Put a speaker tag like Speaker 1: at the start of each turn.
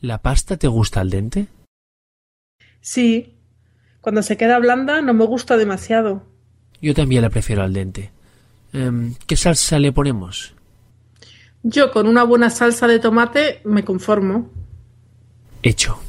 Speaker 1: ¿La pasta te gusta al dente?
Speaker 2: Sí. Cuando se queda blanda no me gusta demasiado.
Speaker 1: Yo también la prefiero al dente. Em, ¿Qué salsa le ponemos?
Speaker 2: Yo con una buena salsa de tomate me conformo.
Speaker 1: Hecho.